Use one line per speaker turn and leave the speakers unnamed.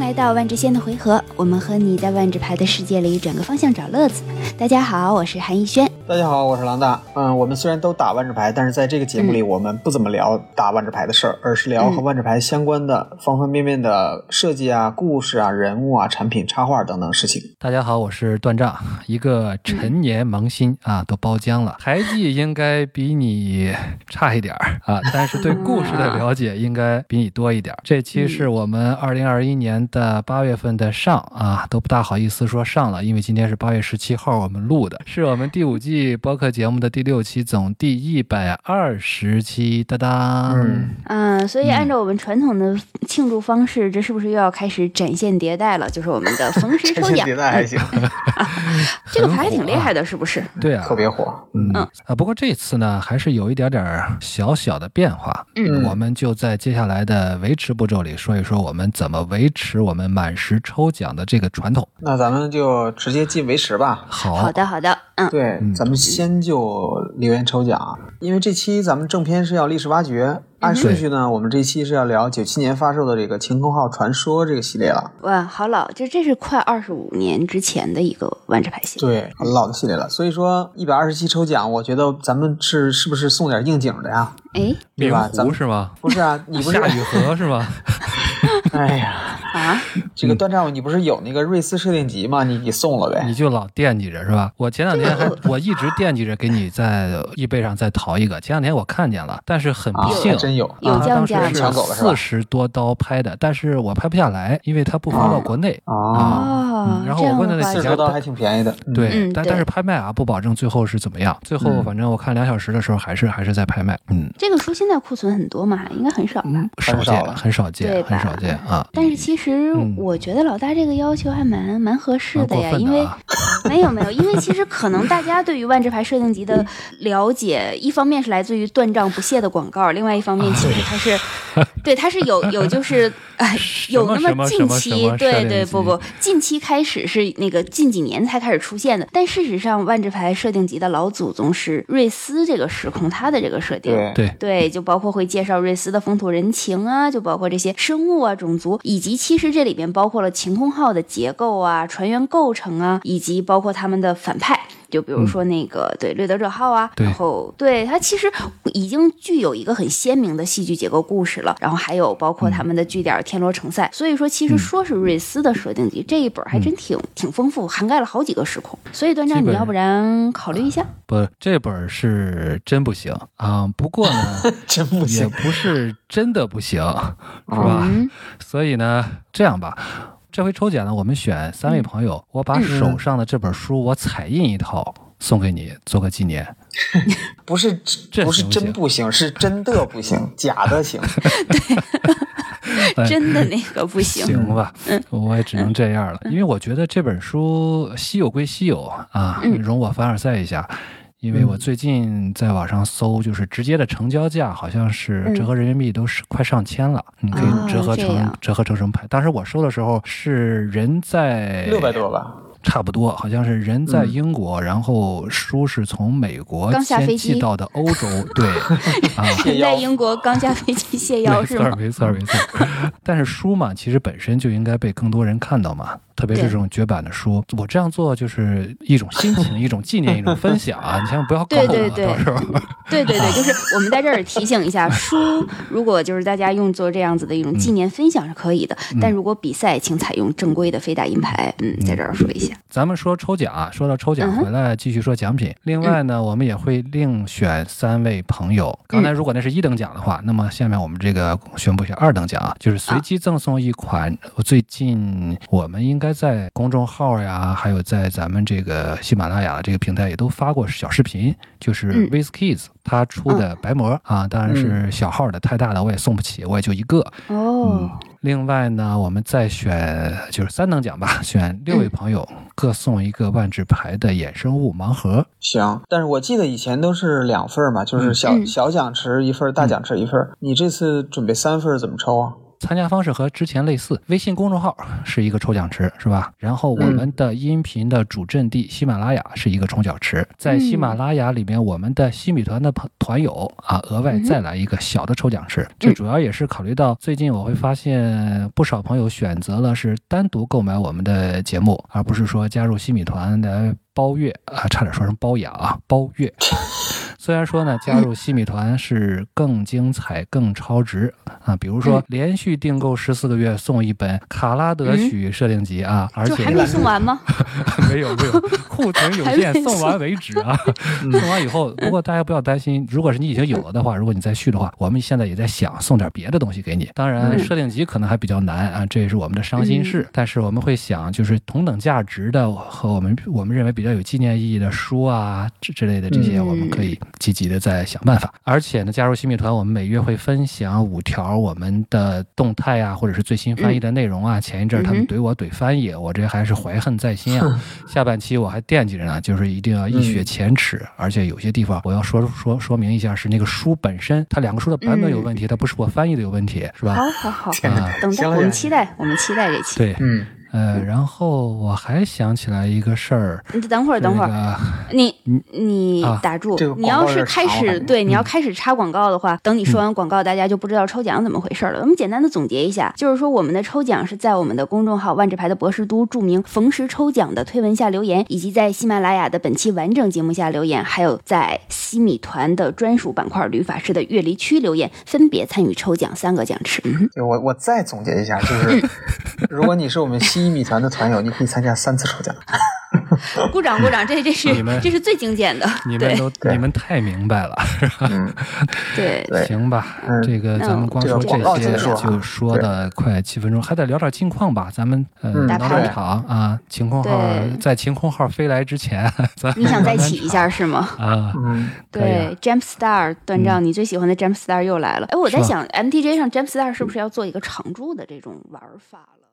来到万智仙的回合，我们和你在万智牌的世界里转个方向找乐子。大家好，我是韩逸轩。
大家好，我是狼大。嗯，我们虽然都打万智牌，但是在这个节目里，
嗯
我们不怎么聊打万智牌的事儿，而是聊和万智牌相关的方方面面的设计啊、故事啊、人物啊、产品、插画等等事情。
大家好，我是段炸，一个陈年萌新啊，都包浆了，牌技应该比你差一点儿啊，但是对故事的了解应该比你多一 点儿。这期是我们二零二一年的八月份的上啊，都不大好意思说上了，因为今天是八月十七号我们录的，是我们第五季播客节目的第六期，总第一百二十期，当当。
嗯
嗯，所以按照我们传统的庆祝方式，这是不是又要开始展现迭代了？就是我们的逢时抽
这些
奖
迭，代还行，
这个牌还挺厉
的。
害的，是不是？
对啊，
特别火。
嗯啊，不过这次呢，还是有一点点儿小小的变化。
嗯
我们就在接下来的维持步骤里说一说我们怎么维持我们满十抽奖的这个传统。
那咱们就直接进维持吧。
好，
好的，好的，嗯，
对，咱们先就留言抽奖啊，因为这期咱们正片是要历史挖掘，按顺序
嗯
呢，我们这期是要聊九七年发售的这个《晴空号传说》这个系列了，
哇，好老，这这是快二十五年之前的一个万智牌系列。
对，很老的系列了。所以说一百二十期抽奖，我觉得咱们是是不是送点应景的呀？
哎
对
明
吧咱
湖
们
是吗？
不是啊，你不是
夏？雨荷是吗？
哎呀，
啊，
这个段战你不是有那个瑞斯设定集吗？你你送了
你
呗？
就老惦记着是吧？我前两天还我一直惦记着给你在易贝上再淘一个，前两天我看见了，但是很
啊
不，幸
还，真有。
有
啊，
降
当时
价吗
抢走了是吧
四十多刀拍的，但是我拍不下来，因为它不发到国内。
啊，
哦
嗯，然后
这
我
样
问
的
的那
话
四
几
十
家
多刀还挺便宜的。嗯，
对，
嗯
但
对
但是拍卖啊，不保证最后是怎么样。最后
嗯
反正我看两小时的时候还是还是在拍卖，嗯，
这个书现在库存很多嘛，应该很少吧？
少
很少
见，
了
很少
对
见，
吧
很少见啊。
但是其实
嗯
我觉得老大这个要求还蛮蛮合适的呀，
蛮过分的啊
因为 没有没有，因为其实可能大家对于万智牌设定集
嗯
的了解，一方面是来自于断章不懈的广告，另外一方
啊
面其实它是，对它是 有有就是哎
什
有
么
那么
什
近
么什
期
么，
对
设
对
定
不
集
不，近期开始是那个近几年才开始出现的，但事实上万智牌设定集的老祖宗是瑞斯这个时空它的这个设定，
对，
对
对，就包括会介绍瑞斯的风土人情啊，就包括这些生物啊、种族，以及其实这里边包括了晴空号的结构啊、船员构成啊，以及包括他们的反派。就比如说那个、对掠夺者号啊，
嗯对
然后对它其实已经具有一个很鲜明的戏剧结构故事了，然后还有包括
嗯
他们的据点天罗城塞，所以说其实说是瑞斯的设定集、这一本还真挺、挺丰富，涵盖了好几个时空，所以段
嗯基
章你
本
要不然考虑一下，
不，这本儿是真不行啊。不过呢，
真 不
也
行。
不是真的 不行，是吧？
嗯
所以呢，这样吧，这回抽奖呢，我们选三
嗯
位朋友，我把手上的这本书我彩印一套送给你，做个纪念。
不是
这
不是
行不
真
行
不行，是真的不行，假的 行。
哎
真的那个不行，嗯
行吧，我也只能这样了，因为我觉得这本书稀有归稀有啊，
嗯
容我凡尔赛一下。因
嗯
为我最近在网上搜，就是直接的成交价好像是
嗯
折合人民币都是快上千了，你可以折合
哦这
成
样
折合成什么牌？当时我收的时候是人在
六百 多吧，
差不多，好像是人在
嗯
英国，然后书是从美国
刚下
先
飞
寄
机
到的欧洲， 对啊，
谢
人在
邀
英国刚下飞机谢邀
没
是
错儿，
吗？
没错儿，没错儿。 但是书嘛，其实本身就应该被更多人看到嘛，特别是
对
这种绝版的书。我这样做就是一种心 情，一种纪念，一种分享啊！你千万不要告
对
我，
对对
到时候
对对对，就是我们在这儿提醒一下，书如果就是大家用作这样子的一种纪念分享是可以的，但如果比赛，请采用正规的非打印牌。嗯，在这儿说一下，
咱们说抽奖啊，说到抽奖
嗯哼嗯
回来继续说奖品。另外呢，我们也会另选三位朋友。刚才
嗯
如果那是一等奖的话，那么下面我们这个宣布一下二等奖啊，就是随机赠送一款。呃最近我们应该在公众号呀，还有在咱们这个喜马拉雅这个平台也都发过小视频，就是
嗯
WizKids 他出的白膜啊，当然是小号的，太大的我也送不起，我也就一个。
哦，
另外呢，我们再选就是三等奖吧，选六位朋友、各送一个万智牌的衍生物盲盒。
行，但是我记得以前都是两份儿嘛，就是小、
嗯
小奖池一份儿，大奖池一份儿。你这次准备三份儿，怎么抽啊？
参加方式和之前类似，微信公众号是一个抽奖池，是吧？然后我们的音频的主阵地喜马拉雅是一个抽奖池，在喜马拉雅里面，我们的新米团的朋团友啊，额外再来一个小的抽奖池。这主要也是考虑到最近我会发现不少朋友选择了是单独购买我们的节目，而不是说加入新米团来包月啊，差点说成包养啊，包月。虽然说呢，加入西米团是更精彩、更超值啊，比如
嗯
说连续订购十四个月送一本《卡拉德曲设定集》啊，而
就
且
还没送完吗？
没有没有，库存有限，送完为止啊。送完以后，不过大家不要担心，如果是你已经有了的话，如果你再续的话，我们现在也在想送点别的东西给你。当然，设定集可能还比较难啊，这也是我们的伤心
嗯
事。但是我们会想，就是同等价值的和我们我们认为比较有纪念意义的书啊之之类的这些，
嗯
我们可以积极的在想办法。而且呢，加入新米团，我们每月会分享五条我们的动态啊，或者是最新翻译的内容啊。前一阵儿他
嗯
们
嗯哼
怼我怼翻译，我这还是怀恨在心啊。下半期我还惦记着呢，就是一定要一雪前耻，而且有些地方我要说说说明一下，是那个书本身，它两个书的版本有问题，它不是我翻译的有问题，是吧？
好好好，
天哪
啊
等待
行了
我们
呀
期待，我们期待这期。
对，
嗯，
呃，然后我还想起来一个事儿，
你等会儿，等会儿，
儿，
你你
啊嗯
打住
这个！
你
广
要
告有
是
点
开
长我
始
感觉
对你要开始插广告的话，等你说完广告，大家就不知道抽奖怎么回事了。我们简单的总结一下，就是说我们的抽奖是在我们的公众号“万智牌的博士都”注明“逢时抽奖”的推文下留言，以及在喜马拉雅的本期完整节目下留言，还有在西米团的专属板块“吕法师”的月离区留言，分别参与抽奖三个奖池。 嗯哼
对我我再总结一下，就是如果你是我们西医米团的团友，你可以参加三次抽奖。
鼓掌鼓掌，这这是
你们
这是最精简的，
你们
对
都
对
你们太明白了，
嗯，
对
对
行吧？
嗯
这个
那
咱们光说
这个广告
些
结束啊
就说的快七分钟，还得聊点近况吧？咱们呃
嗯
聊
打
聊
牌
场啊，晴空号
对
在晴空号飞来之前，咱
你 想再起一下
啊
是吗？
啊？
嗯，
可以啊嗯
对，Jump Star 断章，你最喜欢的 Jump Star 又来了。哎，我在
是吧
想，MTJ 上 Jump Star 是不是要做一个常驻的这种玩法了？